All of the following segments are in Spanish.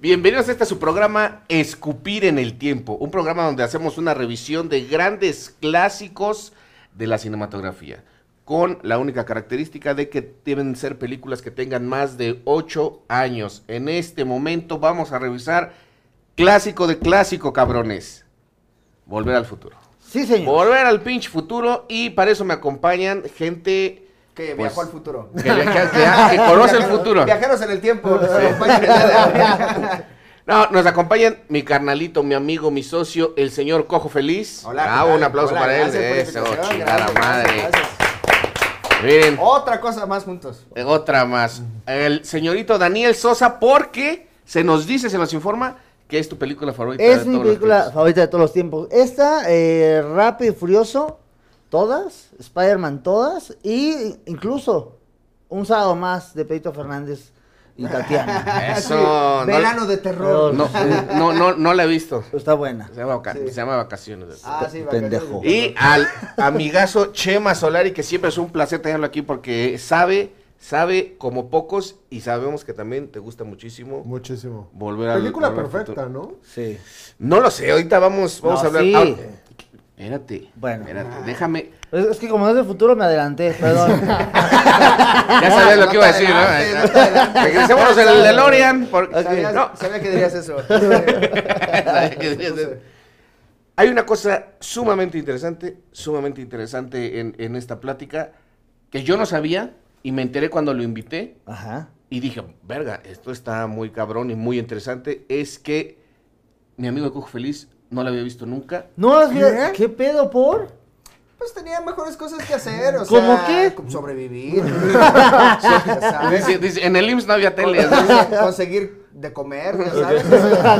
Bienvenidos a este su programa Escupir en el Tiempo, un programa donde hacemos una revisión de grandes clásicos de la cinematografía, con la única característica de que deben ser películas que tengan más de 8 años. En este momento vamos a revisar clásico de clásico, cabrones. Volver al futuro. Sí, señor. Volver al pinche futuro y para eso me acompañan gente Que Pues- viajó al futuro. que, viaja- que ha- que conoce el futuro. Ah, Viajeros en el tiempo. nos acompañan el día de hoy. No, nos acompañan mi carnalito, mi amigo, mi socio, el señor Cojo Feliz. Hola, Bravo, ¿qué tal? un aplauso Hola, para él. gracias por la Eso, invitación, chingada gracias, madre. gracias, gracias. Miren, Otra cosa más juntos. eh, otra más. El señorito Daniel Sosa, porque se nos dice, se nos informa que es tu película favorita. de Es mi todos los película tiempos. favorita de todos los tiempos. Esta, eh, Rápido y Furioso, todas, Spider-Man todas, y incluso un sábado más de Pedrito Fernández y Tatiana. Eso. no- Verano de terror. No, no, no, no la he visto. Está buena. Se llama, vaca- Sí. se llama Vacaciones. Ah, sí, Pendejo. Y al amigazo Chema Solari, que siempre es un placer tenerlo aquí porque sabe, sabe como pocos y sabemos que también te gusta muchísimo Muchísimo. volver a Película perfecta, ¿no? Sí. No lo sé, ahorita vamos, vamos No, a hablar. sí. ahora- espérate, Bueno. espérate, déjame. Es, es que como es de futuro me adelanté, perdón. Ya sabes lo no que iba a te decir, adelantes, no te ¿no? adelantes. Regresémonos en el DeLorean. Porque, Sabía, no, sabía que dirías eso. Sabía que dirías eso. Hay una cosa sumamente interesante, sumamente interesante en, en esta plática que yo no sabía y me enteré cuando lo invité Ajá. y dije, verga, esto está muy cabrón y muy interesante. Es que mi amigo de Cujo Feliz no lo había visto nunca. No, es ¿Qué? que, ¿qué pedo por? Pues tenía mejores cosas que hacer, o ¿Cómo sea, qué? como sobrevivir. ya Ah. sabes. Dice- dice, en el IMSS no había tele. ¿no? Conse- conseguir de comer, ya ¿sabes?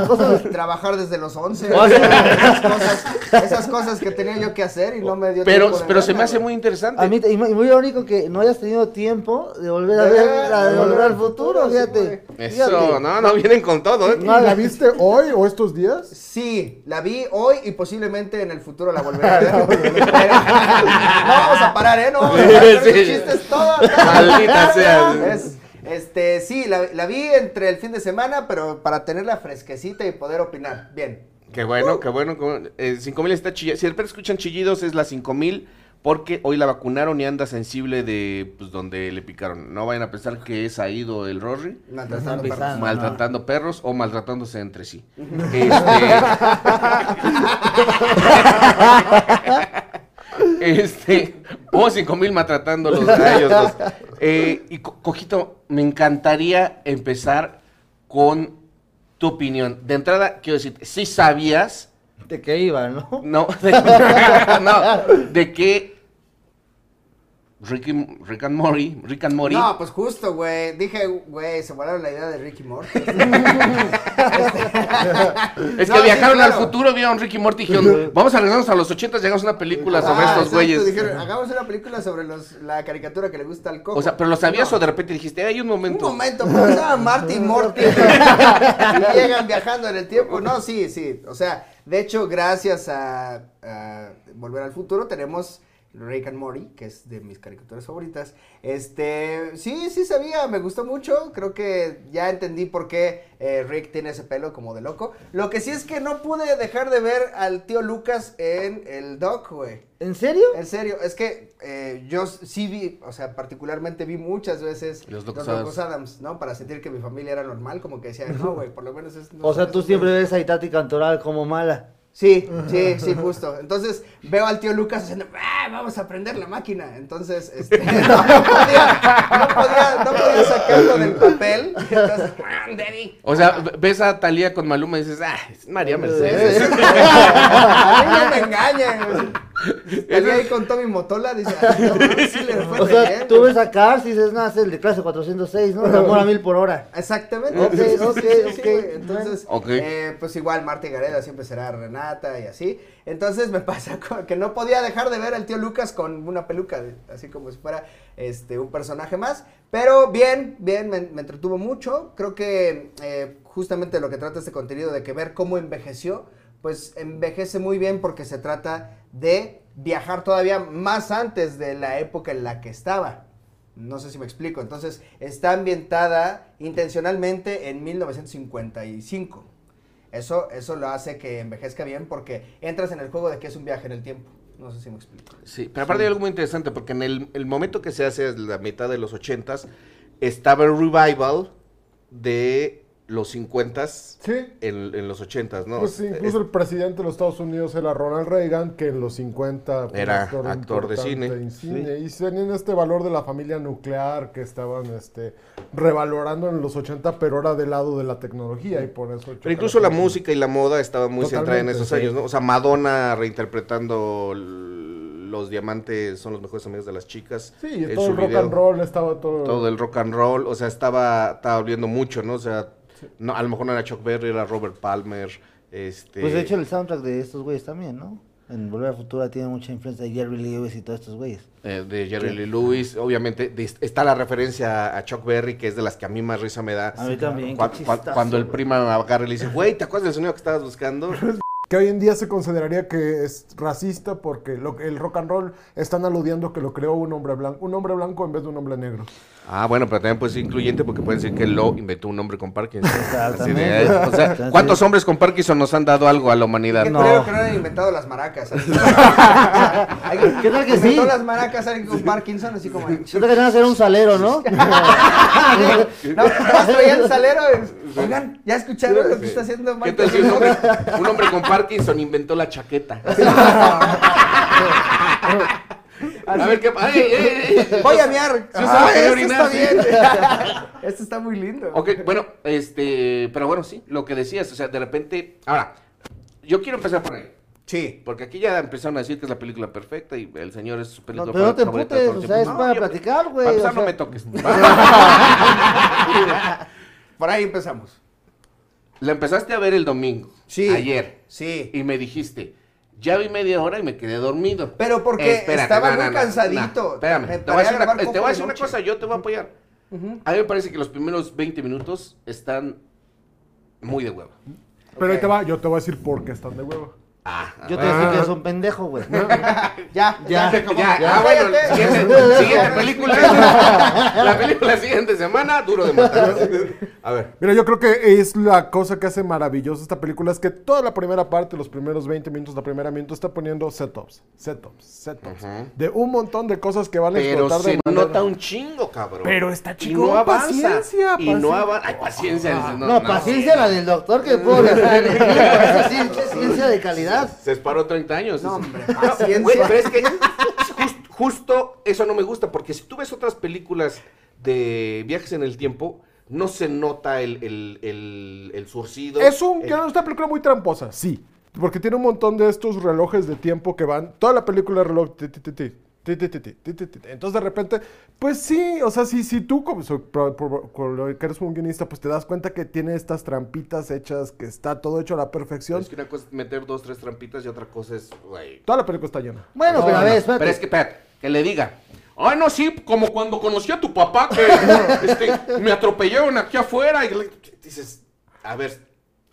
O sea, Trabajar desde los 11. O sea, esas, cosas, esas cosas que tenía yo que hacer y no me dio Pero, tiempo de pero se me verla, hace güey. muy interesante. A mí, te- y muy y muy irónico que no hayas tenido tiempo de volver a De ver, ver, la de de volver volver al al futuro, futuro, sí, fíjate. Eso, Fíjate. no, no vienen con todo. ¿eh? No, ¿La viste hoy o estos días? Sí, la vi hoy y posiblemente en el futuro la volveré a ver. Pero- no vamos a parar, ¿eh? No vamos a parar. Sí, Esos sí. chistes todo. Maldita sea. Es- este, sí, la, la vi entre el fin de semana, pero para tenerla fresquecita y poder opinar. Bien. Qué bueno, qué bueno. qué bueno. Eh, 5000 está chillando. Siempre escuchan chillidos, es la 5000. Porque hoy la vacunaron y anda sensible de pues, donde le picaron. No vayan a pensar que es ido el Rory. Maltratando Están perros. Ah, no, maltratando perros o maltratándose entre sí. Este- Este, o cinco mil maltratándolos a ellos dos. Eh, y Co- Cojito, me encantaría empezar con tu opinión. De entrada, quiero decir, si sabías, De qué iba, ¿no? no, de, no, de que Rick, y- Rick and Morty, Rick and Morty, No, pues justo, güey. Dije, güey, se volaron la idea de Ricky Morty. Es No, que sí, viajaron al claro. futuro, vieron Ricky Morty y dijeron, vamos a regresarnos a los 80, llegamos a una película sobre Ah, estos exacto, güeyes. Dijeron, hagamos una película sobre los, la caricatura que le gusta al cojo. O sea, pero lo sabías No. o de repente dijiste, hay un Un momento. momento, pero estaba Marty y Morty. y llegan viajando en el tiempo. No, sí, sí. O sea, de hecho, gracias a, a Volver al Futuro tenemos Rick and Morty, que es de mis caricaturas favoritas. Este, sí, sí sabía, me gustó mucho. Creo que ya entendí por qué eh, Rick tiene ese pelo como de loco. Lo que sí es que no pude dejar de ver al tío Lucas en el Doc, güey. ¿En serio? En serio, es que eh, yo s- sí vi, o sea, particularmente vi muchas veces Los Locos Locos Adams. Adams, ¿no? Para sentir que mi familia era normal, como que decía, no, güey, por lo menos es... no O sea, son tú esos siempre güeyes". ves a Itati Cantoral como mala. Sí, sí, sí, justo. Entonces veo al tío Lucas haciendo, "Ah, vamos a prender la máquina. Entonces, este, no, podía, no, podía, no podía sacarlo del papel. Entonces, "Ah, Daddy". O sea, v- ves a Talía con Maluma y dices, ah, es Eh, María Mercedes. A mí no me engañan. Salí ahí con Tommy Motola, dice, "Ah, no, sí le fue O bien". sea, tú ves a Cars y dices, no, es el de clase 406, ¿no? El amor a mil por hora. Exactamente. Ok, Sí, sí, sí, ok, sí, sí, ok. güey. Entonces, Ok. eh, pues igual Marta y Gareda siempre será Renata y así. Entonces me pasa con- que no podía dejar de ver al tío Lucas con una peluca, de- así como si fuera este un personaje más. Pero bien, bien, me, me entretuvo mucho. Creo que eh, justamente lo que trata este contenido de que ver cómo envejeció, pues envejece muy bien porque se trata de viajar todavía más antes de la época en la que estaba. No sé si me explico. Entonces, está ambientada intencionalmente en 1955. Eso, eso lo hace que envejezca bien porque entras en el juego de que es un viaje en el tiempo. No sé si me explico. Sí, pero aparte hay algo muy interesante, porque en el, el momento que se hace, es la mitad de los 80s, estaba el revival de los 50s Sí. en, en los 80s, ¿no? eh, Pues sí, incluso Es- el presidente de los Estados Unidos era Ronald Reagan, que en los 50 fue un Era actor de importante cine. en cine. Y tenían este valor de la familia nuclear que estaban este, revalorando en los 80, pero era del lado de la tecnología y por eso... choca Pero incluso la tecnología. música y la moda estaba muy centrada en Totalmente, esos sí. años, ¿no? O sea, Madonna reinterpretando l- los diamantes son los mejores amigos de las chicas. Sí, y en todo su el rock video. and roll estaba todo... Todo el rock and roll, o sea, estaba, estaba volviendo mucho, ¿no? O sea, no, a lo mejor no era Chuck Berry, era Robert Palmer, este... Pues de hecho el soundtrack de estos güeyes también, ¿no? En Volver a Futura tiene mucha influencia de Jerry Lewis y todos estos güeyes. eh, de Jerry Lee Lewis, obviamente de- está la referencia a Chuck Berry, que es de las que a mí más risa me da. A mí también, Cua- qué cua- chistazo, cuando el güey. prima agarra y le dice, güey, ¿te acuerdas del sonido que estabas buscando? Que hoy en día se consideraría que es racista porque lo- el rock and roll están aludiendo que lo creó un hombre blanco, un hombre blanco en vez de un hombre negro. Ah, bueno, pero también puede ser incluyente porque pueden decir que Lo inventó un hombre con Parkinson. Así de, Exactamente. eh, o sea, ¿cuántos hombres con Parkinson nos han dado algo a la humanidad? Qué No. culero que no han inventado las maracas. ¿Qué tal que Inventó sí? las maracas alguien con Parkinson, así como. Yo creo que van a ser un salero, ¿no? No, estabas trayendo el salero. y, Oigan, ¿ya escucharon lo que está haciendo ¿Qué Michael tal si un hombre, Jackson? un hombre con Parkinson inventó la chaqueta? A ver qué. ¡Ay, ay, ay! Voy a miar. Yo solo Ah, quería esto orinar, está sí. bien. esto está muy lindo. Ok, bueno, este. Pero bueno, sí, lo que decías, o sea, de repente. Ahora, yo quiero empezar por ahí. Sí. Porque aquí ya empezaron a decir que es la película perfecta y el señor es su película No, pero no te favorita emputes, de todo el o sea, tiempo. es para yo- platicar, güey, Para o empezar, no sea. me toques. Por ahí empezamos. La empezaste a ver el domingo. Sí. Ayer. Sí. Y me dijiste, ya vi media hora y me quedé dormido. Eh, Pero porque estaba muy cansadito. espérame, Me te voy paré a a decir, una, grabar te voy a Coco de decir una noche. cosa, yo te voy a apoyar. A mí me parece que los primeros 20 minutos están muy de hueva. Pero ahí te va, yo te voy a decir por qué están de huevo. Ah, Yo te decía que eres un pendejo, güey. Ya, Ya, se acabó. ya, Ya, ah, bueno, cállate. siguiente, siguiente película. la película siguiente semana, duro de matar. A ver. Mira, yo creo que es la cosa que hace maravillosa esta película, es que toda la primera parte, los primeros 20 minutos, la primera minuto, está poniendo setups, setups, setups. De un montón de cosas que van a Pero explotar se de manera... nota un chingo, cabrón. Pero está Y chico, no avanza. paciencia, Y no paciencia. avanza. Ay, paciencia. dices, No, paciencia la del doctor que puedo viajar en el tiempo. Esa sí es- es ciencia de calidad. Se disparó 30 años. No, Es- hombre, No, paciencia. güey, pero es que jus- justo eso no me gusta, porque si tú ves otras películas de viajes en el tiempo, no se nota el, el, el, el surcido. Es un, el- que es una película muy tramposa, sí. Porque tiene un montón de estos relojes de tiempo que van. Toda la película de reloj. ti, ti, ti, ti, ti, ti, ti, ti, ti, ti, ti. Entonces de repente, pues sí, o sea, si, si tú como, so- pro- pro- pro- que eres un guionista, pues te das cuenta que tiene estas trampitas hechas, que está todo hecho a la perfección. Es que una cosa es meter dos, tres trampitas y otra cosa es, güey. Toda la película está llena. Bueno, No, pero a no, ver, Pero es espérate. que, espérate, que le diga. Ay, no, sí, como cuando conocí a tu papá que este, me atropellaron aquí afuera. Y le- dices, a ver,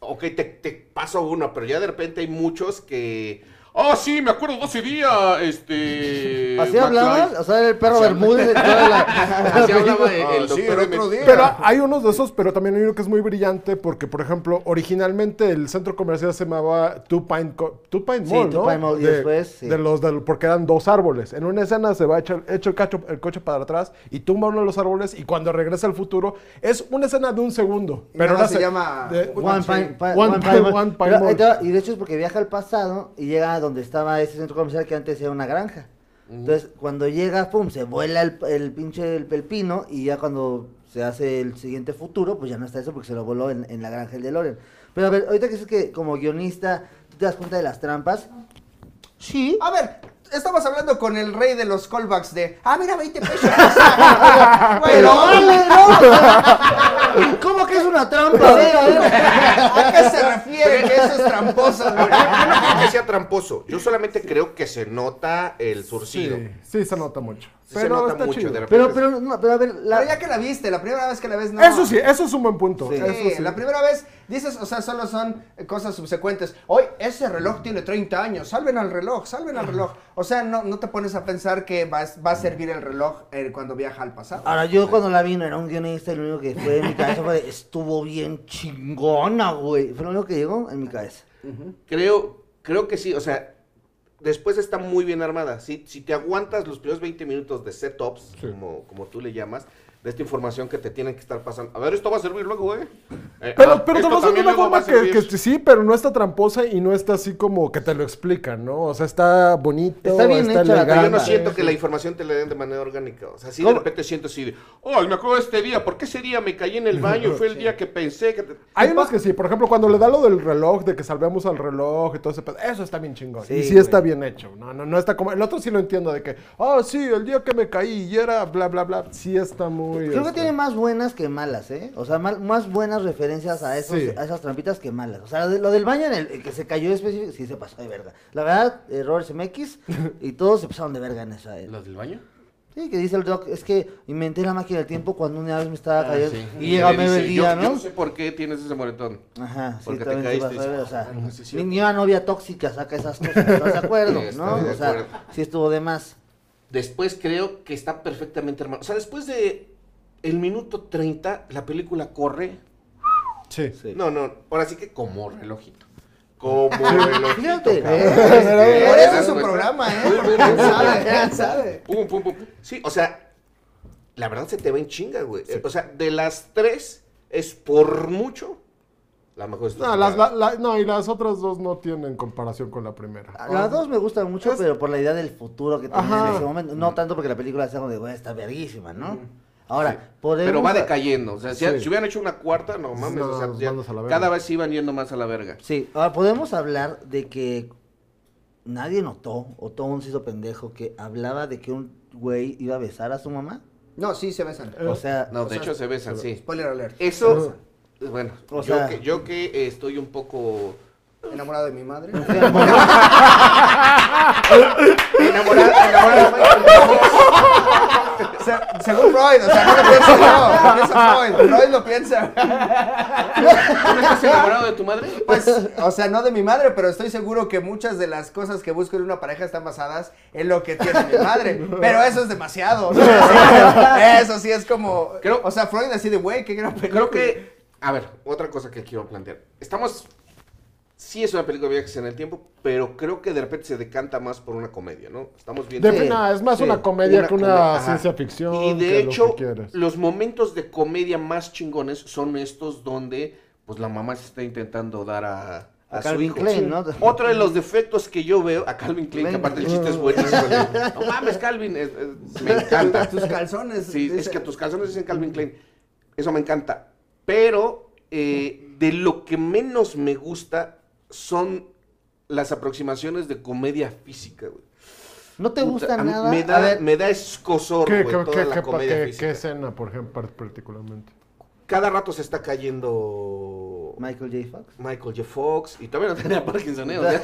ok, te, te paso una, pero ya de repente hay muchos que. Ah, sí, me acuerdo de ese día, este. ¿Así McFly". hablabas? O sea, era el perro Así Bermúdez de toda la- Así hablaba el, el Ah, sí, doctor el otro M. día. Pero hay unos de esos, pero también hay uno que es muy brillante porque, por ejemplo, originalmente el centro comercial se llamaba Two Pine, Co- Two Pine Sí, Mall, Two ¿no? Pine Mall, y de, después, sí. de los, del- porque eran dos árboles. En una escena se va a echar, echa el, cacho- el coche para atrás y tumba uno de los árboles y cuando regresa al futuro es una escena de un segundo. Y Pero nada ahora se llama de- One sí, Pine, Pine- One One Pine- Pine Mall. One Pine Pero ahí Mall. te va, y de hecho es porque viaja al pasado y llega a donde estaba ese centro comercial que antes era una granja. Entonces, cuando llega, pum, se vuela el, el pinche el, el pino y ya cuando se hace el siguiente futuro, pues ya no está eso porque se lo voló en, en la granja el DeLorean. Pero a ver, ahorita que dices que como guionista tú te das cuenta de las trampas. Sí. A ver, estamos hablando con el rey de los callbacks de. Ah, mira, 20 pesos. Pero, Pero- órale, no. ¿Cómo que es una trampa? A ver, a ver. ¿A qué se refiere? Que eso es tramposo, Yo, güey. yo no creo que sea tramposo. Yo solamente creo que se nota el surcido. Sí, sí, se nota mucho. Sí Pero se nota está mucho chido. de repente. Pero, pero, no, pero a ver, la- Pero ya que la viste, la primera vez que la ves, no. Eso sí, eso es un buen punto. Sí. eso Sí, sí. la primera vez dices, o sea, solo son eh, cosas subsecuentes. Hoy ese reloj tiene 30 años, salven al reloj, salven al reloj. O sea, no, no te pones a pensar que vas- va a servir el reloj eh, cuando viaja al pasado. Ahora, yo cuando la vi no era un guionista y lo único que fue en mi cabeza fue de, estuvo bien chingona, güey. Fue lo único que llegó en mi cabeza. Creo, creo que sí, o sea, después está muy bien armada. Si, si te aguantas los primeros 20 minutos de setups, como, como tú le llamas, de esta información que te tienen que estar pasando. A ver, esto va a servir luego, ¿eh? Eh, ah, Pero, pero te esto lo hacen de también una luego va forma a que, servir. que sí, pero no está tramposa y no está así como que te lo explican, ¿no? O sea, está bonito, Está bien hecha la Pero yo no Anda. siento que la información te la den de manera orgánica. O sea, si de ¿Cómo? repente siento así de, oh, me acuerdo de este día, ¿por qué ese día me caí en el baño? Fue el día que pensé que... te-". Hay unos que sí, por ejemplo, cuando le da lo del reloj, de que salvemos al reloj y todo ese pedo, eso está bien chingón. Sí, y sí güey. está bien hecho. No, no, no está como. El otro sí lo entiendo, de que, oh, sí, el día que me caí y era bla, bla, bla. Sí está muy. Creo que este, tiene más buenas que malas, ¿eh? O sea, mal- más buenas referencias a, esos, Sí. a esas trampitas que malas. O sea, lo, de- lo del baño en el, el que se cayó específico, sí se pasó de verga. La verdad, errores MX y todos se pasaron de verga en esa. eh. ¿Los del baño? Sí, que dice el doc, es que inventé la máquina del tiempo cuando una vez me estaba cayendo. Y que llega le medio dice, el día, yo, ¿no? yo no sé por qué tienes ese moretón. Ajá, sí, Porque te también se caíste y pasó de dices, verga, o sea, "Ah, no, sí es ni, cierto". ni una novia tóxica saca esas cosas, ¿estás de acuerdo? Sí, estoy ¿no? de o sea, acuerdo. sí estuvo de más. Después creo que está perfectamente armado. O sea, después de el minuto 30, la película corre. Sí. No, no, ahora sí que como relojito. Como relojito. Fíjate. Por Por eso es su programa, ¿eh? Porque él sabe, él sabe. Pum, pum, pum. Sí, o sea, la verdad se te va en chinga, güey. O sea, de las tres es por mucho la mejor. Ah, No, Ah, las, la- la- no, y las otras dos no tienen comparación con la primera. Las dos me gustan mucho, pero por la idea del futuro que tenía Ajá. en ese momento. Mm. No tanto porque la película sea como de, güey, está verguísima, ¿no? Ahora, podemos... Pero va decayendo. O sea, si, Sí. si hubieran hecho una cuarta, no mames. No, o sea, nos ya vamos a la verga. cada vez iban yendo más a la verga. Sí, ahora podemos hablar de que nadie notó, o todo un hizo pendejo, que hablaba de que un güey iba a besar a su mamá. No, sí se besan. O sea, No, de sea, hecho se besan, sí. Spoiler alert. Eso, bueno, Ah. O yo, sea- que, yo que eh, estoy un poco Enamorado de mi madre. o sea, bueno, enamorado, enamorado de- Se- según Freud, o sea, no lo pienso yo. Lo piensa Freud. Freud lo piensa. ¿Tú no estás enamorado de tu madre? Pues, o sea, no de mi madre, pero estoy seguro que muchas de las cosas que busco en una pareja están basadas en lo que tiene mi madre. Pero eso es demasiado. o sea, eso sí es como. Creo- o sea, Freud así de, güey, qué gran película". Creo que, a ver, otra cosa que quiero plantear. Estamos, sí es una película de viajes en el tiempo, pero creo que de repente se decanta más por una comedia, ¿no? Estamos viendo... De- no, es más sí, una comedia que una comedia, ajá. ciencia ficción. Y que de lo hecho, que quieras. los momentos de comedia más chingones son estos donde, pues, la mamá se está intentando dar a... A su Calvin hijo. Klein, ¿no? Otro de los defectos que yo veo, a Calvin Klein, que Klein. aparte el chiste es buenísimo. de, No mames, Calvin, es- es- me encanta. Tus calzones. Sí, es dice- que tus calzones dicen Mm. Calvin Klein. Eso me encanta. Pero eh, Mm. de lo que menos me gusta son las aproximaciones de comedia física, güey. no te gusta Puta, a mí nada. Me da, a ver, me da escosor, ¿Qué, güey, qué, toda qué- la qué- comedia qué- física. qué escena, por ejemplo, par- particularmente? Cada rato se está cayendo Michael J. Fox. Michael J. Fox y todavía no tenía Parkinson, ¿eh? O sea,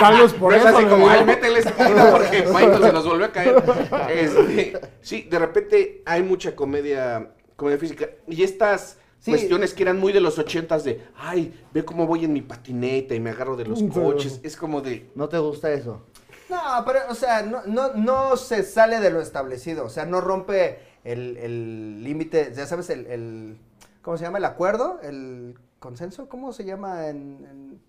Tal vez por no es eso. así le como, digo. ay, métele esa caída porque Michael se nos volvió a caer. Este, sí, de repente hay mucha comedia, comedia física. Y estas Sí. cuestiones que eran muy de los ochentas de, ay, ve cómo voy en mi patineta y me agarro de los Mm, pero- coches. Es como de, No te gusta eso. No, pero, o sea, no, no, no se sale de lo establecido. O sea, no rompe el el límite, ya sabes, el, el- ¿Cómo se llama? ¿El acuerdo? ¿El consenso? ¿Cómo se llama en...? en-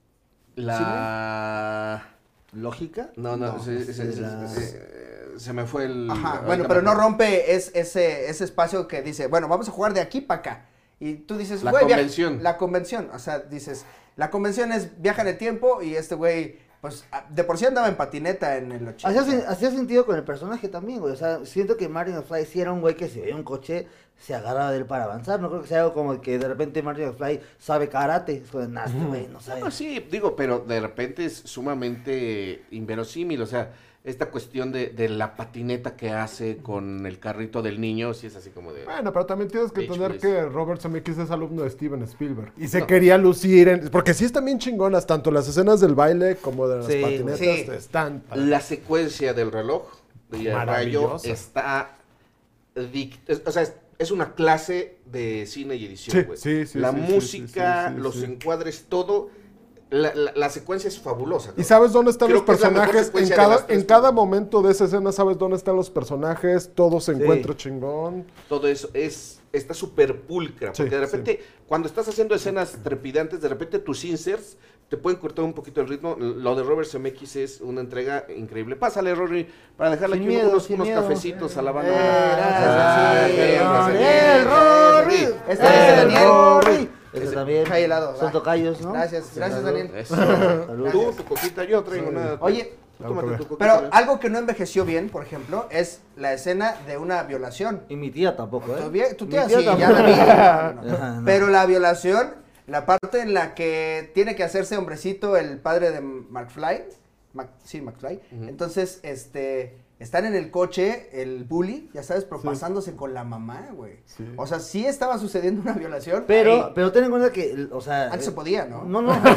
la... ¿Lógica? No, no, No, se, se- es se- la- se- se me fue el... Ajá, ahorita bueno, me pero no acuerdo. rompe es- ese, ese espacio que dice, bueno, vamos a jugar de aquí para acá. Y tú dices, La güey, viaja- convención. La convención, o sea, dices, la convención es viaja en el tiempo y este güey, pues, a- de por sí andaba en patineta en el 80. Hacía, sen- hacía sentido con el personaje también, güey. O sea, siento que Mario McFly sí era un güey que si veía un coche se agarra de él para avanzar. No creo que sea algo como que de repente Marty McFly sabe karate. Es como, nah, este güey no sabe. Ah, No, sí, digo, pero de repente es sumamente inverosímil, o sea, esta cuestión de, de la patineta que hace con el carrito del niño, sí es así como de... Bueno, pero también tienes que Beach entender Boys. que Robert Zemeckis es alumno de Steven Spielberg. Y se No. quería lucir en... Porque sí están bien chingonas, tanto las escenas del baile como de las Sí, patinetas. sí. Están... padres. La secuencia del reloj de el rayo Maravillosa. está... dic- es- O sea, es, es una clase de cine y edición, Sí, güey. sí, sí, La sí, sí, música, sí, sí, sí, los sí. encuadres, todo... La, la- la secuencia es fabulosa. ¿Y cabrón. sabes dónde están Creo los que es la mejor personajes? En secuencia de cada, las tres. en cada momento de esa escena sabes dónde están los personajes, todo se Sí. encuentra chingón. todo eso es está súper pulcra Sí, porque de repente cuando estás haciendo escenas trepidantes de repente tus inserts te pueden cortar un poquito el ritmo lo de Robert Zemeckis es una entrega increíble pásale Rory para dejarle Sin aquí miedo, unos, sin unos miedo. Eh, cafecitos a la banda Ah, Ah, sí, bien, no, bien, bien, Rory. Rory. Bien. Está bien, Daniel. Rory. Ese Ese- también. Hay helado, va. Son tocayos, ¿no? Gracias, gracias, Salud. Daniel. Eso. Salud. tú tu coquita yo traigo nada Oye, Tú tómate tu coquita. pero algo que no envejeció bien, por ejemplo, es la escena de una violación. Y mi tía tampoco, Tu ¿eh? vie- tu Mi tía tía sí, ya la tampoco. vi. No, no, no. Ajá, no. Pero la violación, la parte en la que tiene que hacerse hombrecito el padre de McFly, Mac- sí, McFly, entonces, este, están en el coche, el bully, ya sabes, pero pasándose con la mamá, güey. Sí. O sea, sí estaba sucediendo una violación. Pero, ahí. pero ten en cuenta que, o sea... Antes se eh, podía, ¿no? No, no. no, no, no.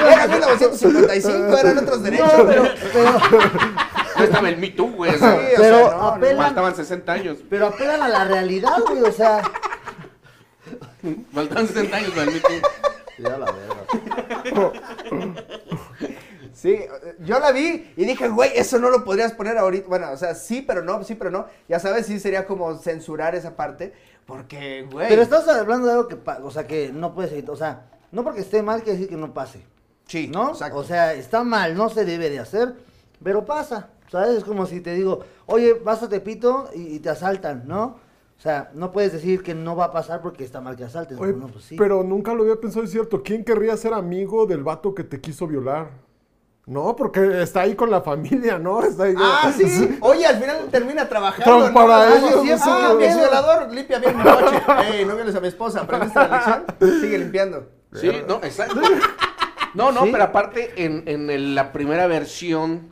Era es... 1955, eran otros derechos. No, pero, pero, no estaba el Me Too güey o Sí, o sea, sea, Pero no, no, apelan- faltaban 60 años pero apelan a la realidad, güey, o sea... faltaban 60 años para el Me Too Ya la verga. Sí, eh, yo la vi y dije, güey, eso no lo podrías poner ahorita. Bueno, o sea, sí, pero no, sí, pero no. Ya sabes, sí sería como censurar esa parte. Porque, güey. Pero estás hablando de algo que, pa- o sea, que no puedes evitar, o sea, no porque esté mal quiere decir que no pase, Sí, ¿no? exacto. O sea, está mal, no se debe de hacer, pero pasa, ¿sabes? Es como si te digo, oye, vas a Tepito y, y te asaltan, ¿no? O sea, no puedes decir que no va a pasar porque está mal que asalten. Oye, no, pues sí. Pero nunca lo había pensado, es cierto. ¿Quién querría ser amigo del vato que te quiso violar? No, porque está ahí con la familia, ¿no? Está ahí. ah, sí. Oye, al final termina trabajando. Pero ¿no? para Ah, ellos, sí, es- no ah, sé, bien no. violador, limpia bien mi coche. Ey, no violes a mi esposa, aprendiste la lección. Sigue limpiando. Sí, no, exacto. No, no, Sí. pero aparte, en, en el- la primera versión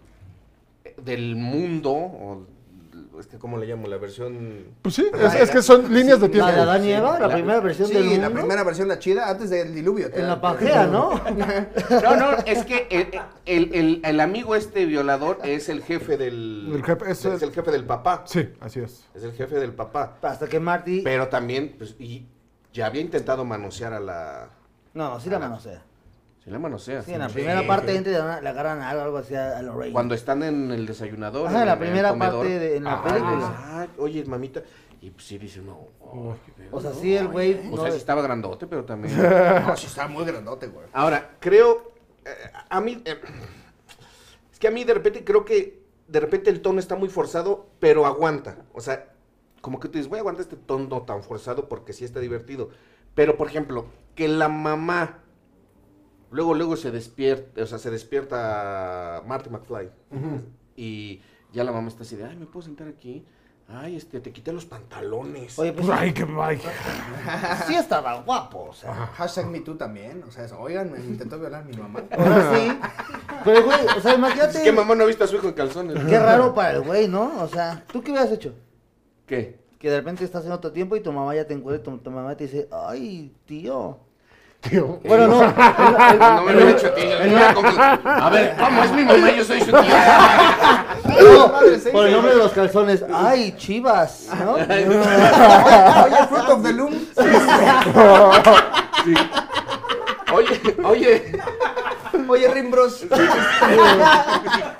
del mundo, o es que, ¿cómo le llamo? La versión. Pues sí, es, es que son líneas de tiempo. la de Adán y Eva, la la- primera versión del Sí, mundo, la primera versión, la chida, antes del diluvio. te en da- la pajea, ¿no? No, no, es que el, el- el- el amigo este violador es el jefe del. El jefe, es, es el- el jefe del papá. Sí, así es. Es el jefe del papá. Hasta que Marty, Pero también, pues, y ya había intentado manosear a la. no, sí la manosea. Se la manosea. Sí, en la Sí. primera parte entra y le dan- le agarran algo, algo así a, a Lorraine. Cuando están en el desayunador. Ajá, en la el primera comedor. parte de- en la Ah, película. ah, oye, mamita. Y pues sí dice, no. ay, qué pedo, O sea, ¿no? sí, el güey O no- sea, sí estaba grandote, pero también. No, sí, está muy grandote, güey. Ahora, creo. eh, a mí. eh, es que a mí de repente creo que. De repente el tono está muy forzado, pero aguanta. O sea, como que tú dices, voy a aguantar este tono tan forzado porque sí está divertido. Pero, por ejemplo, que la mamá. Luego, luego se despierta. O sea, se despierta Marty McFly. Y ya la mamá está así de, ay, ¿me puedo sentar aquí? Ay, este, te quité los pantalones. Oye, pues Pues, ay, qué ay. sí estaba guapo, o sea. Hashtag me too también. O sea, es, oigan, me intentó violar mi mamá. Ahora sí. Pero, güey, o sea, Es imagínate. que mamá no ha visto a su hijo en calzones. Qué raro para el güey, ¿no? O sea, ¿tú qué hubieras hecho? ¿Qué? Que de repente estás en otro tiempo y tu mamá ya te encuentra, tu, tu mamá te dice, ay, tío. Tío. Bueno, no. el- el- No me lo he hecho, tío. yo le hubiera comprado. A ver, ¿cómo es mi mamá? Yo soy su tía. No, madre, sí, por el sí. nombre de los calzones, ay, chivas, ¿no? Oye, oye, Fruit of the Loom. Oye, oye. Oye, Rimbros.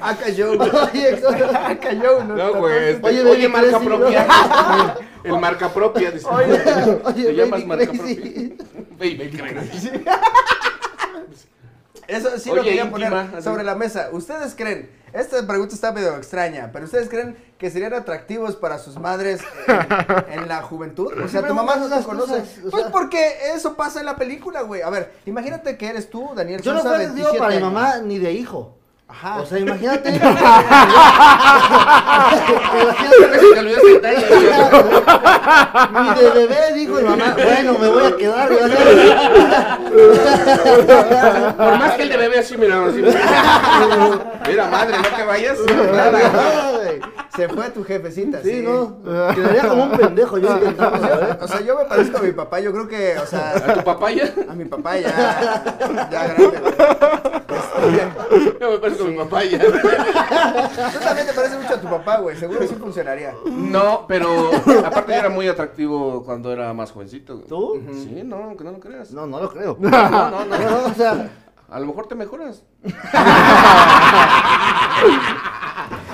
Acá yo. Oye, ex- Acá yo. No, No, güey. este, Oye, Oye, baby, marca crazy, propia. El marca propia, dice. oye, Te llamas baby marca crazy. propia. Baby crazy. Eso sí Oye, lo quería íntima, poner así. sobre la mesa. ¿Ustedes creen? Esta pregunta está medio extraña, pero ¿ustedes creen que serían atractivos para sus madres en, en la juventud? O sea, me tu mamá no gustan te esas conoce. cosas, o Pues sea. porque eso pasa en la película, güey. A ver, imagínate que eres tú, Daniel Yo no Sosa, fui atractivo 27 para mi años. mamá ni de hijo. Ah. Ajá. O sea, imagínate. imagínate. Se te olvidó ese detalle. Ni de bebé dijo mi mamá, bueno, me voy a quedar. me voy a quedar". Por más que el de bebé así, mira, así. Mira, madre, no te vayas. Nada. Ah, güey. Se fue tu jefecita. Sí, no. Quedaría como un pendejo yo intentando, ¿sabes? O sea, yo me parezco a mi papá, yo creo que, o ¿A sea, tu papaya? a mi papá ya, ya grande. güey. Este, Yo me parezco a mi papaya. Tú también te pareces mucho a tu papá, güey, seguro sí funcionaría. No, pero aparte yo era muy atractivo cuando era más jovencito. ¿Tú? Ujú. Sí, no, aunque no lo creas. No, no lo creo. No, no, no. No, no, o sea, A lo mejor te mejoras.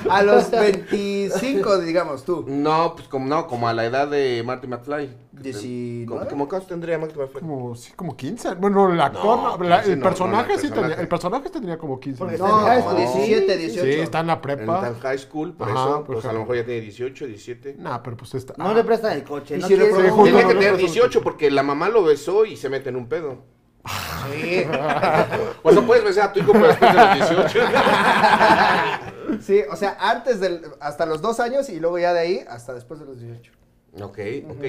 A los 25, digamos, tú. No, pues como no, como a la edad de Marty McFly. Diecinueve. Como, como cuánto tendría pues. Marty McFly. Como, sí, como 15. Bueno, el actor, no, la- 15 el no, personaje no, el sí tenía, personaje. el personaje sí tenía como 15. Porque ¿no? está No, en high school. 17, sí, 18. está en la En tan prepa. high school, por Ajá, eso, por pues a ejemplo. lo mejor ya tiene 18, 17. Nah, pero pues está. no le prestan el coche. Y no si quieres- reprobó. Sí, Tenía no, que no, tener no, 18 porque la mamá lo besó y se mete en un pedo. Sí. Pues no puedes besar a tu hijo pero después de los 18. Sí, o sea, antes del, hasta los dos años y luego ya de ahí hasta después de los 18. ok, ok.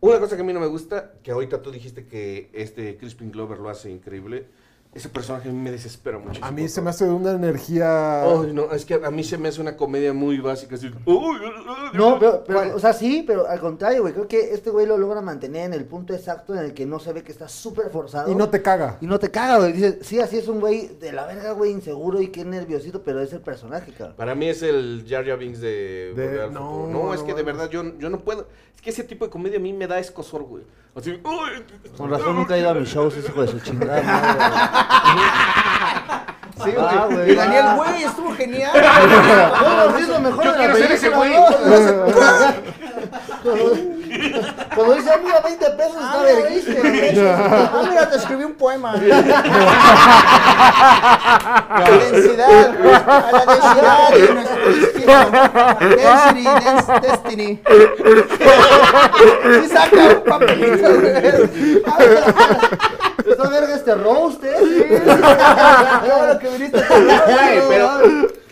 Una cosa que a mí no me gusta, que ahorita tú dijiste que este Crispin Glover lo hace increíble. Ese personaje a mí me desespera muchísimo. A mí se me hace de una energía. Ay, no, es que a mí se me hace una comedia muy básica. así, "Uy, ah, ah, No, pero, pero, ¿Cuál? o sea, sí, pero al contrario, güey. Creo que este güey lo logra mantener en el punto exacto en el que no se ve que está súper forzado. Y no te caga. Y no te caga, güey. Dices, sí, así es un güey de la verga, güey, inseguro y qué nerviosito, pero es el personaje, cabrón. Para mí es el Jar Jar Binks de, De- Volver al no, Futuro. No, es no que de mames. verdad yo, yo no puedo. Es que ese tipo de comedia a mí me da escosor, güey. Así, "Uy". Con razón nunca he ido a mis shows, ese hijo de su chingada madre. Sí, güey. Ah, güey, y Daniel, ah. güey, estuvo genial. No, sí es lo mejor Yo de la quiero ser ese güey. película, ¿no? Cuando- Cuando dice, amiga, 20 pesos, está Ah, mira, verguísima. ¿viste? Ah, mira, te escribí un poema. La densidad, a la densidad de nuestro destino. Density, des- destiny. Sí saca un papelito. güey. Ah, Esta verga este roast, ¿eh? Ah, Qué bueno que viniste. Güey, pero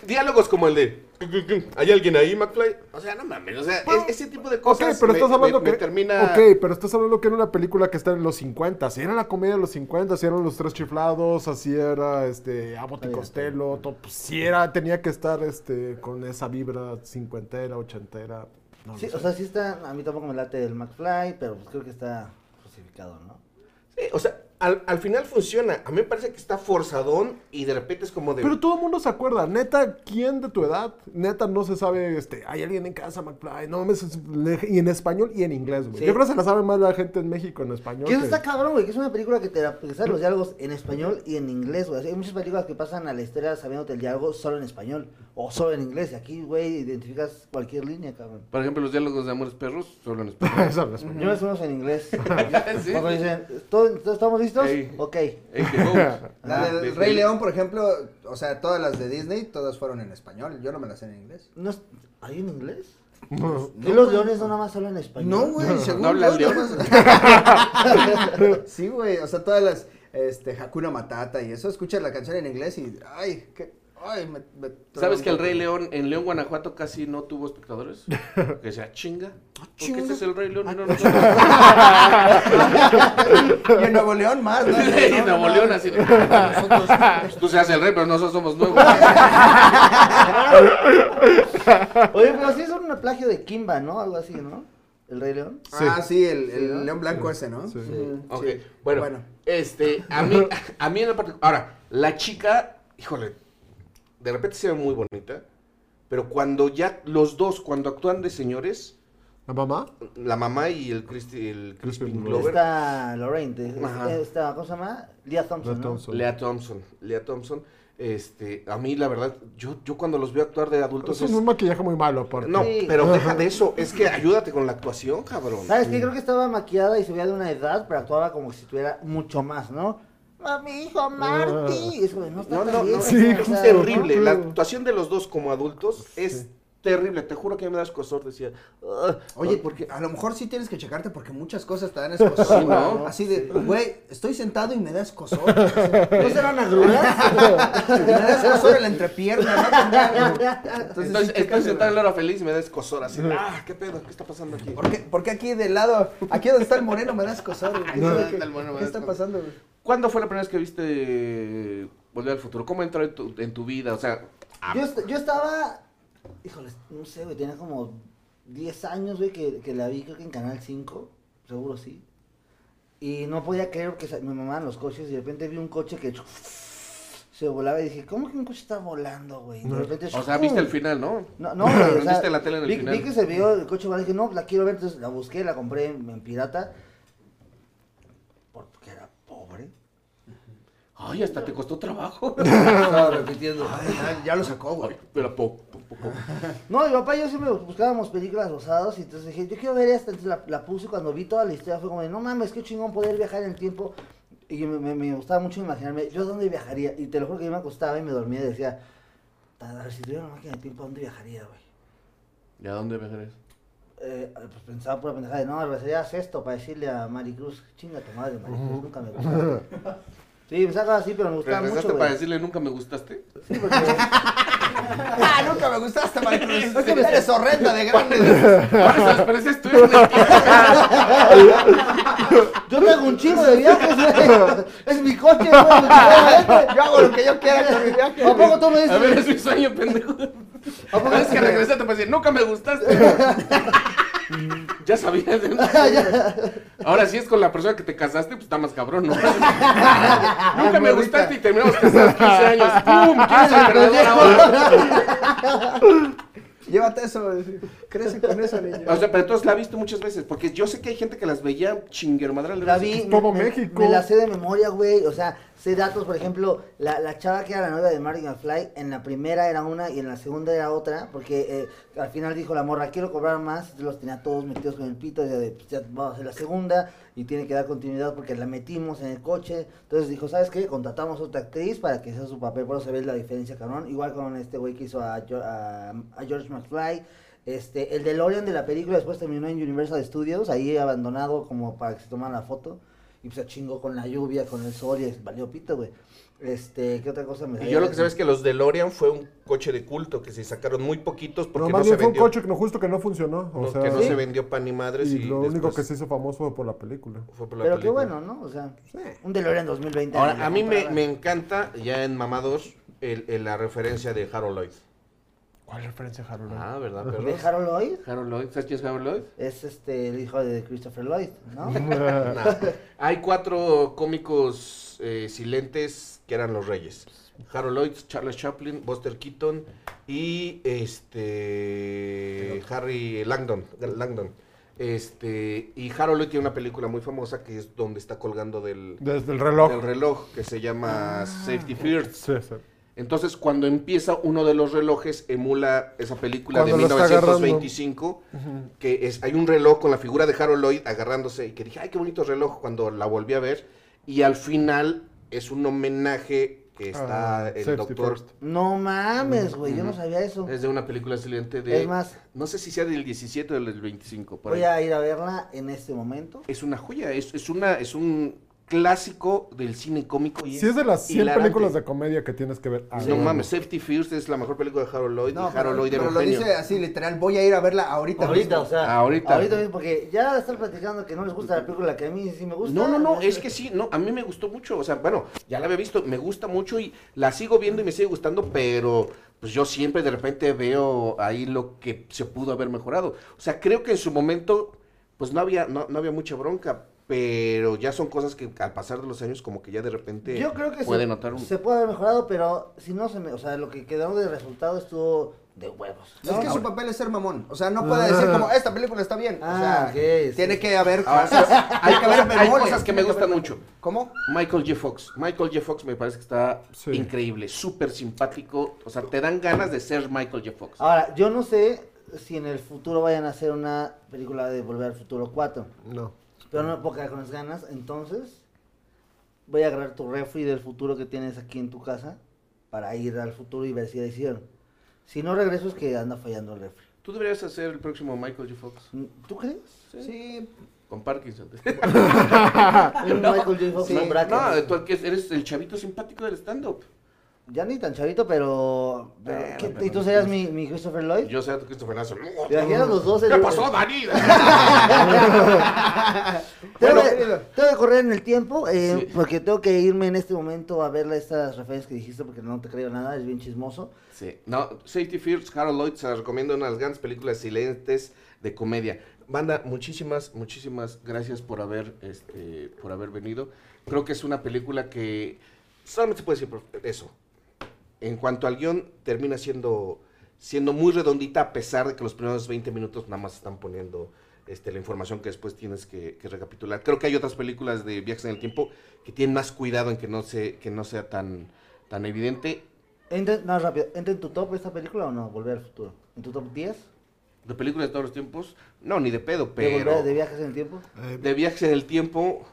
diálogos como el de ¿Hay alguien ahí, McFly? O sea, no mames, o sea, es- ese tipo de Ok, cosas pero me- estás hablando me, que. me termina Ok, pero estás hablando que era una película que está en los 50. Si era la comedia de los 50, si eran los tres chiflados, así era este Abbott y Costello. todo, pues, si era, tenía que estar este con esa vibra cincuentera, ochentera. No, lo Sí, sé. o sea, sí está, a mí tampoco me late el McFly, pero pues creo que está justificado, ¿no? Sí, o sea, al, al final funciona. A mí me parece que está forzadón y de repente es como de Pero todo el mundo se acuerda, neta, ¿quién de tu edad? Neta, no se sabe, este, hay alguien en casa, McFly, no mames, es- le- y en español y en inglés, güey. Sí. Yo creo que se la sabe más la gente en México en español. Que eso que- está cabrón, güey, que es una película que te da que sabe los diálogos en español y en inglés, güey. Hay muchas películas que pasan a la historia sabiéndote el diálogo solo en español o solo en inglés. Y aquí, güey, identificas cualquier línea, cabrón. Por ejemplo, los diálogos de Amores Perros solo en español. Eso habla español. Yo me sueno en inglés. Sí. Cuando dicen, ¿todo- todos ¿estamos listos? Ey. Ok. Ey, Ah, que go. La del Ves, Rey ves. León, por ejemplo, o sea, todas las de Disney, todas fueron en español. Yo no me las sé en inglés. ¿No es- ¿Hay en inglés? No. ¿Y los leones no nada más hablan español? No, güey, según habla el yo, león. nomás- sí, güey, o sea, todas las este Hakuna Matata y eso, escuchas la canción en inglés y ay, que ay, me, me ¿Sabes que el Rey León en León, Guanajuato casi no tuvo espectadores? Que sea Ah, chinga. Porque este es el Rey León y no nosotros. Y en Nuevo León más, ¿no? Y en Nuevo León así de- Nosotros- Tú seas el rey, pero nosotros somos nuevos. Oye, pero sí es un plagio de Kimba, ¿no? Algo así, ¿no? El Rey León. Ah, sí, el, el Sí, ¿no? León Blanco ese, ¿no? Sí. Sí. Ok, Sí. bueno, Este, a mí, a mí en la parte. Ahora, la chica, híjole, de repente se ve muy bonita, pero cuando ya los dos, cuando actúan de señores, ¿La mamá? la mamá y el, Christi- el Crispin Crispin Glover, Está Lorraine, te- Ajá. esta, ¿cómo se llama? Leah Thompson, Leah ¿no? Thompson. Lea Thompson, Lea Thompson, este, a mí la verdad, yo, yo cuando los veo actuar de adultos Es es- un maquillaje muy malo, aparte. No, Sí. pero deja de eso, es que ayúdate con la actuación, cabrón. Ah, ¿Sabes qué? Creo que estaba maquillada y se veía de una edad, pero actuaba como si tuviera mucho más, ¿no? Mami, hijo, Marty. Es como, no está No, tan no, bien, no, o sí, sea, es justo, ¿no? terrible. ¿no? La actuación de los dos como adultos es terrible, te juro que ya me da escosor, decía. "Ah, Oye, ah, porque a lo mejor sí tienes que checarte porque muchas cosas te dan escosor, ¿no? Así de, güey, estoy sentado y me da escosor. ¿No serán agruras? me da escosor en la entrepierna, ¿no? Entonces, estoy, sí, estoy chécate, sentado en güey. la hora feliz y me da escosor, así. Ah, qué pedo, ¿qué está pasando aquí? ¿Por qué, por qué aquí del lado, aquí donde está el moreno me da escosor? güey? ¿Qué, No. es lo que- Del moreno me qué da está escosor. pasando, güey? ¿Cuándo fue la primera vez que viste eh, Volver al Futuro? ¿Cómo entró en tu, en tu vida? O sea, Ah. Yo, est- yo estaba, híjole, no sé, güey, tenía como 10 años, güey, que, que la vi, creo que en Canal 5, seguro sí. Y no podía creer que sa- me mamaban los coches y de repente vi un coche que se volaba y dije, ¿cómo que un coche está volando, güey? Y De repente, o sea, viste el ¡pum! final, ¿no? No, no, güey, o sea, Viste la tele en el vi, final. vi que se vio el coche volando y dije, no, la quiero ver, entonces la busqué, la compré en, en pirata. Porque era pobre. Ay, hasta te costó trabajo. Estaba repitiendo. Ay, ya, ya lo sacó, güey. Pero po, po, po, po. No, mi papá y yo siempre buscábamos películas rosadas y entonces dije, yo quiero ver esta, entonces la, la puse y cuando vi toda la historia fue como, de, no mames, qué chingón poder viajar en el tiempo. Y me, me- me gustaba mucho imaginarme, yo dónde viajaría. Y te lo juro que yo me acostaba y me dormía y decía, "Ta- a ver, si tuviera una máquina de tiempo, ¿a dónde viajaría, güey? ¿Y a dónde viajarías? Eh, pues pensaba pura pendejada de, no, regresaría a esto para decirle a Maricruz, chinga tu madre, Maricruz, nunca me gustaste. Sí, me sacaba así, pero me gustaba ¿Regresaste Pues mucho, para güey. decirle nunca me gustaste? Sí, porque... Ah, nunca me gustaste, Maricruz. Eres horrenda de grande. Por eso, pero ese es tuyo, güey. Yo tengo un chingo de viajes, güey. Es mi coche, güey. Yo hago lo que yo quiera con mi viaje. ¿A poco tú me A ver, dices? es mi sueño, pendejo. ¿A poco Cada vez que dices? regresaste para decir, nunca me gustaste. ya sabías. ¿no? Ah, Ahora sí es con la persona que te casaste, pues está más cabrón, ¿no? nunca me abuelita. gustaste y terminamos casados 15 años. ¡Pum! ¿Quién es el perdedor ahora? Llévate eso, güey. crece con eso, niño. O sea, pero entonces la he visto muchas veces, porque yo sé que hay gente que las veía chinguermadrales. La vi. Es todo me- me- México. Me la sé de memoria, güey. O sea, sé datos, por ejemplo, la, la chava que era la novia de Marty McFly, en la primera era una y en la segunda era otra, porque eh, al final dijo la morra, quiero cobrar más, los tenía todos metidos con el pito, y ya, de, pues, ya vamos a hacer la segunda y tiene que dar continuidad porque la metimos en el coche. Entonces dijo, ¿sabes qué? Contratamos otra actriz para que sea su papel, por eso se ve la diferencia, cabrón. Igual con este güey que hizo a, Jo- a- a George McFly. Este, el DeLorean de la película después terminó en Universal Studios, ahí abandonado como para que se tomara la foto. Y pues se chingó con la lluvia, con el sol y es- valió pito, güey. Este, ¿qué otra cosa me Y yo lo que sé es que los DeLorean fue un coche de culto que se sacaron muy poquitos No, porque no, más se bien fue un vendió. coche que no, justo que no funcionó. O no, sea, que no Sí. se vendió pan ni madres. y Y, lo único después que se hizo famoso fue por la película. Fue por la Pero qué película. bueno, ¿no? O sea, un DeLorean 2020. Ahora, a mí me, me encanta, ya en Mamados, el, el- la referencia de Harold Lloyd. ¿Cuál referencia, Harold? Ah, ¿verdad, ¿De perro? Harold Lloyd? Harold Lloyd, ¿sabes quién es Harold Lloyd? Es este, el hijo de Christopher Lloyd, ¿no? Nah. Hay cuatro cómicos eh, silentes que eran los reyes. Harold Lloyd, Charles Chaplin, Buster Keaton y este Harry Langdon, Langdon. Este, y Harold Lloyd tiene una película muy famosa que es donde está colgando del, Desde el reloj. del reloj que se llama Safety First. Sí, sí. Entonces, cuando empieza uno de los relojes, emula esa película Cuando de lo está agarrando. 1925, que es, hay un reloj con la figura de Harold Lloyd agarrándose y que dije, ay, qué bonito reloj cuando la volví a ver. Y al final es un homenaje que está Ah, el safety doctor. first. No mames, güey, yo no Ujú. sabía eso. Es de una película excelente de... Es más- No sé si sea del 17 o del 25. por Voy ahí. a ir a verla en este momento. Es una joya, es, es una, es un clásico del cine cómico. y Si es de las 100 hilarante. películas de comedia que tienes que ver. ah, No bueno. mames, Safety First es la mejor película de Harold Lloyd. y pero, Harold Lloyd era pero un lo genio. dice así, literal, voy a ir a verla ahorita. Ahorita, mismo. o sea, Ahorita. mismo, porque ya estar platicando que no les gusta la película que a mí sí me gusta. No, no, no, eh. es que sí, no, a mí me gustó mucho, o sea, bueno, ya la había visto, me gusta mucho y la sigo viendo y me sigue gustando, pero pues yo siempre de repente veo ahí lo que se pudo haber mejorado. O sea, creo que en su momento, pues no había, no, no había mucha bronca, pero ya son cosas que al pasar de los años como que ya de repente Yo creo que puede se, notar un... se puede haber mejorado, pero si no se me, o sea, lo que quedó de resultado estuvo de huevos. Pues Es ¿no? que su papel es ser mamón. O sea, no puede decir como, esta película está bien. O sea, Ah, ok, sí. tiene que haber Ahora, cosas. Ah, hay, que haber hay bemoles, cosas que me tiene gustan haber- mucho. ¿Cómo? Michael J. Fox. Michael J. Fox me parece que está Sí. increíble, súper simpático. O sea, te dan ganas de ser Michael J. Fox. Ahora, yo no sé si en el futuro vayan a hacer una película de Volver al Futuro 4, No. pero no me puedo quedar con las ganas, entonces voy a agarrar tu refri del futuro que tienes aquí en tu casa para ir al futuro y ver si la hicieron. Si no regreso es que anda fallando el refri. Tú deberías hacer el próximo Michael J. Fox ¿Tú crees? Sí, con Parkinson. Un Michael J. Fox sí. con brackets. no, eh. tú aquí eres el chavito simpático del stand-up. Ya ni tan chavito, pero... pero Bueno, ¿qué- pero- ¿Y tú serías mi, mi Christopher Lloyd? Yo sé a tu Christopher Nelson. ¿Te imaginas los dos? ¿Qué El- pasó, Dani? Tengo, Bueno, que, querido. tengo que correr en el tiempo, eh, Sí. porque tengo que irme en este momento a ver estas referencias que dijiste, porque no te creo nada, es bien chismoso. Sí, no, Safety First, Harold Lloyd, se las recomiendo una de las grandes películas silentes de comedia. Banda, muchísimas, muchísimas gracias por haber, este, por haber venido. Creo que es una película que solamente se puede decir por- eso. En cuanto al guión, termina siendo, siendo muy redondita, a pesar de que los primeros 20 minutos nada más están poniendo este, la información que después tienes que, que recapitular. Creo que hay otras películas de viajes en el tiempo que tienen más cuidado en que no, se, que no sea tan, tan evidente. Entra, no, rápido, ¿entra en tu top esta película o no? Volver al futuro. ¿En tu top 10? ¿De películas de todos los tiempos? No, ni de pedo, ¿De, pero... volver, de De, viajes en el tiempo? viajes en el tiempo,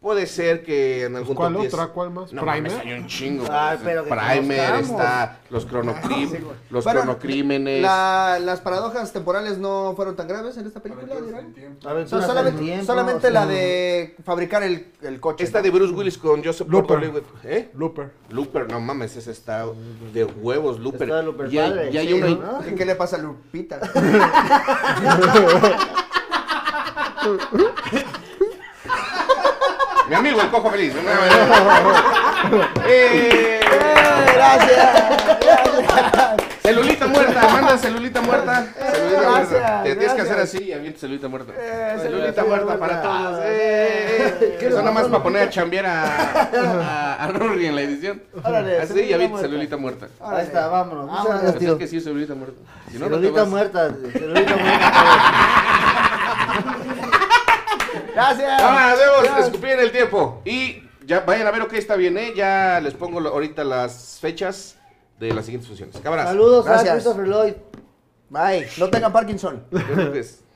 puede ser que en algún ¿Cuál top 10. otra? ¿Cuál más? No, mames, ¿Primer? hay un chingo. Ay, güey. pero que Primer, conozcamos. está los, cronocrim- Sí, güey. los Bueno, cronocrímenes. la- las paradojas temporales no fueron tan graves en esta película. dirán. A ver, O sea, solamente solamente la de fabricar el, el coche. Esta ¿no? de Bruce Willis con Joseph Looper. Gordon-Levitt, ¿Eh? Looper. Looper, no mames, ese está de huevos, Looper. Está Looper y hay, padre, y hay Sí, una... ¿no? ¿Qué le pasa a Lupita? Mi amigo, el cojo feliz. Eh, gracias. Eh, Celulita muerta, manda celulita muerta. Celulita gracias, muerta. Te tienes que gracias. hacer así y avienta celulita muerta. Eh, celulita celulita muerta muerta. para todos. eh. ¿Qué Eso le nada más pasó, para poner a chambear a, a, a Rory en la edición. Órale, así y celulita avienta muerta. celulita muerta. Ahí está, vámonos. Muchas Vámonos. Así gracias, es tío. que sí, celulita muerta. Si no, no te Celulita vas. muerta, celulita muerta. Gracias. Ah, debemos escupir en el tiempo. Y ya vayan a ver, ok, está bien, ¿eh? Ya les pongo lo- ahorita las fechas de las siguientes funciones. Cámaras. Saludos a Gracias. Christopher Lloyd. Bye. No tengan Parkinson. Yo creo que es-